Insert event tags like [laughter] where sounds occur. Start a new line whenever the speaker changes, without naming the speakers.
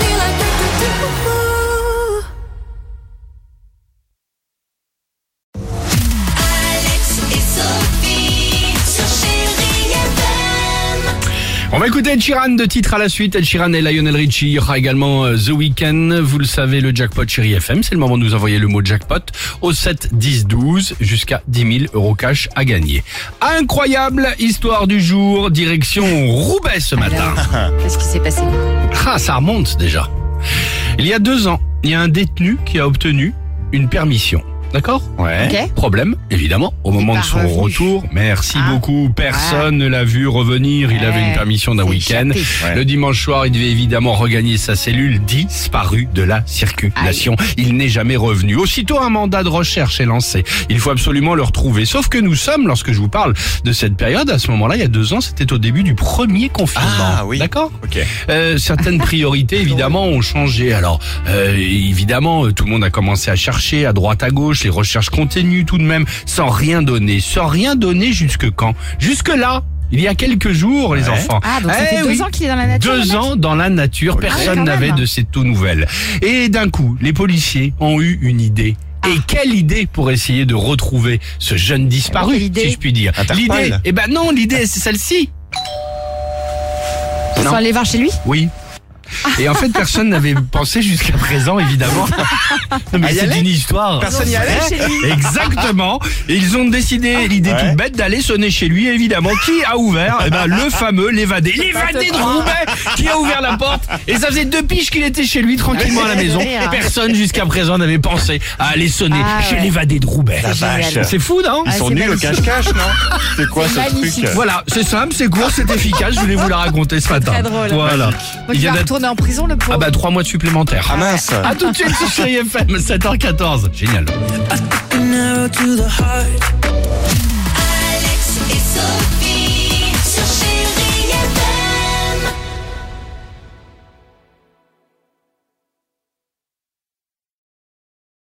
like do, do, do. Alex et Sophie sur Chérie FM.
On va écouter Ed Sheeran de titre à la suite. Ed Sheeran et Lionel Richie. Il y aura également euh, The Weeknd. Vous le savez, le jackpot chéri FM. C'est le moment de nous envoyer le mot jackpot au 7 10 12 jusqu'à 10 000 euros cash à gagner. Incroyable histoire du jour. Direction Roubaix ce matin.
Qu'est-ce qui s'est passé
Ah, ça remonte déjà. Il y a deux ans, il y a un détenu qui a obtenu une permission. D'accord Ouais.
Ok.
Problème, évidemment, au moment de
pas
son
revenu.
retour. Merci
Ah.
beaucoup. Personne ne l'a vu revenir. Il
Ouais.
avait une permission d'un
C'est
week-end.
échappé.
Le dimanche soir, il devait évidemment regagner sa cellule disparue de la circulation. Il n'est jamais revenu. Aussitôt, un mandat de recherche est lancé. Il faut absolument le retrouver. Sauf que nous sommes, lorsque je vous parle de cette période, à ce moment-là, il y a deux ans, c'était au début du premier confinement.
Ah, oui.
D'accord
Ok.
euh, certaines priorités évidemment ont changé. Alors euh, évidemment, euh, tout le monde a commencé à chercher à droite à gauche, les recherches continuent tout de même sans rien donner, sans rien donner jusque quand Jusque là, il y a quelques jours les enfants.
Ah, donc ça
Eh
fait deux
oui.
ans qu'il est dans la nature. le
Deux
mec
ans dans la nature,
Ah oui,
personne
quand
n'avait
même.
de ces taux nouvelles. Et d'un coup, les policiers ont eu une idée.
Ah.
Et quelle idée pour essayer de retrouver ce jeune disparu,
Quelle idée
si je puis dire.
Interpol.
L'idée, eh ben non, l'idée c'est celle-ci.
Ils sont allés voir chez lui
Oui. Et en fait, personne n'avait pensé jusqu'à présent, évidemment. Non,
Ah,
mais
y
c'est
allait
une histoire.
Personne n'y allait
Exactement. Et ils ont décidé, l'idée
Ouais.
toute bête, d'aller sonner chez lui, évidemment. Qui a ouvert Eh ben, le fameux l'évadé. L'évadé de Roubaix qui a ouvert la porte. Et ça faisait deux piges qu'il était chez lui, tranquillement à la maison. Personne jusqu'à présent n'avait pensé à aller sonner
Ah,
chez
ouais.
l'évadé de Roubaix.
La vache.
C'est fou, non
Ils sont
Ah, c'est
nuls au
magnifique.
cache-cache, non
[laughs]
C'est quoi ce
magnifique.
truc
Voilà, c'est simple, c'est court, c'est efficace. Je voulais vous la raconter ce matin.
très drôle.
Voilà.
Moi,
Il
il
y
va
en a-
retourner en prison, le pauvre.
Ah bah trois mois de supplémentaires.
Ah mince
A tout de suite sur Chérie FM, 7h14. Génial.
an arrow to the heart.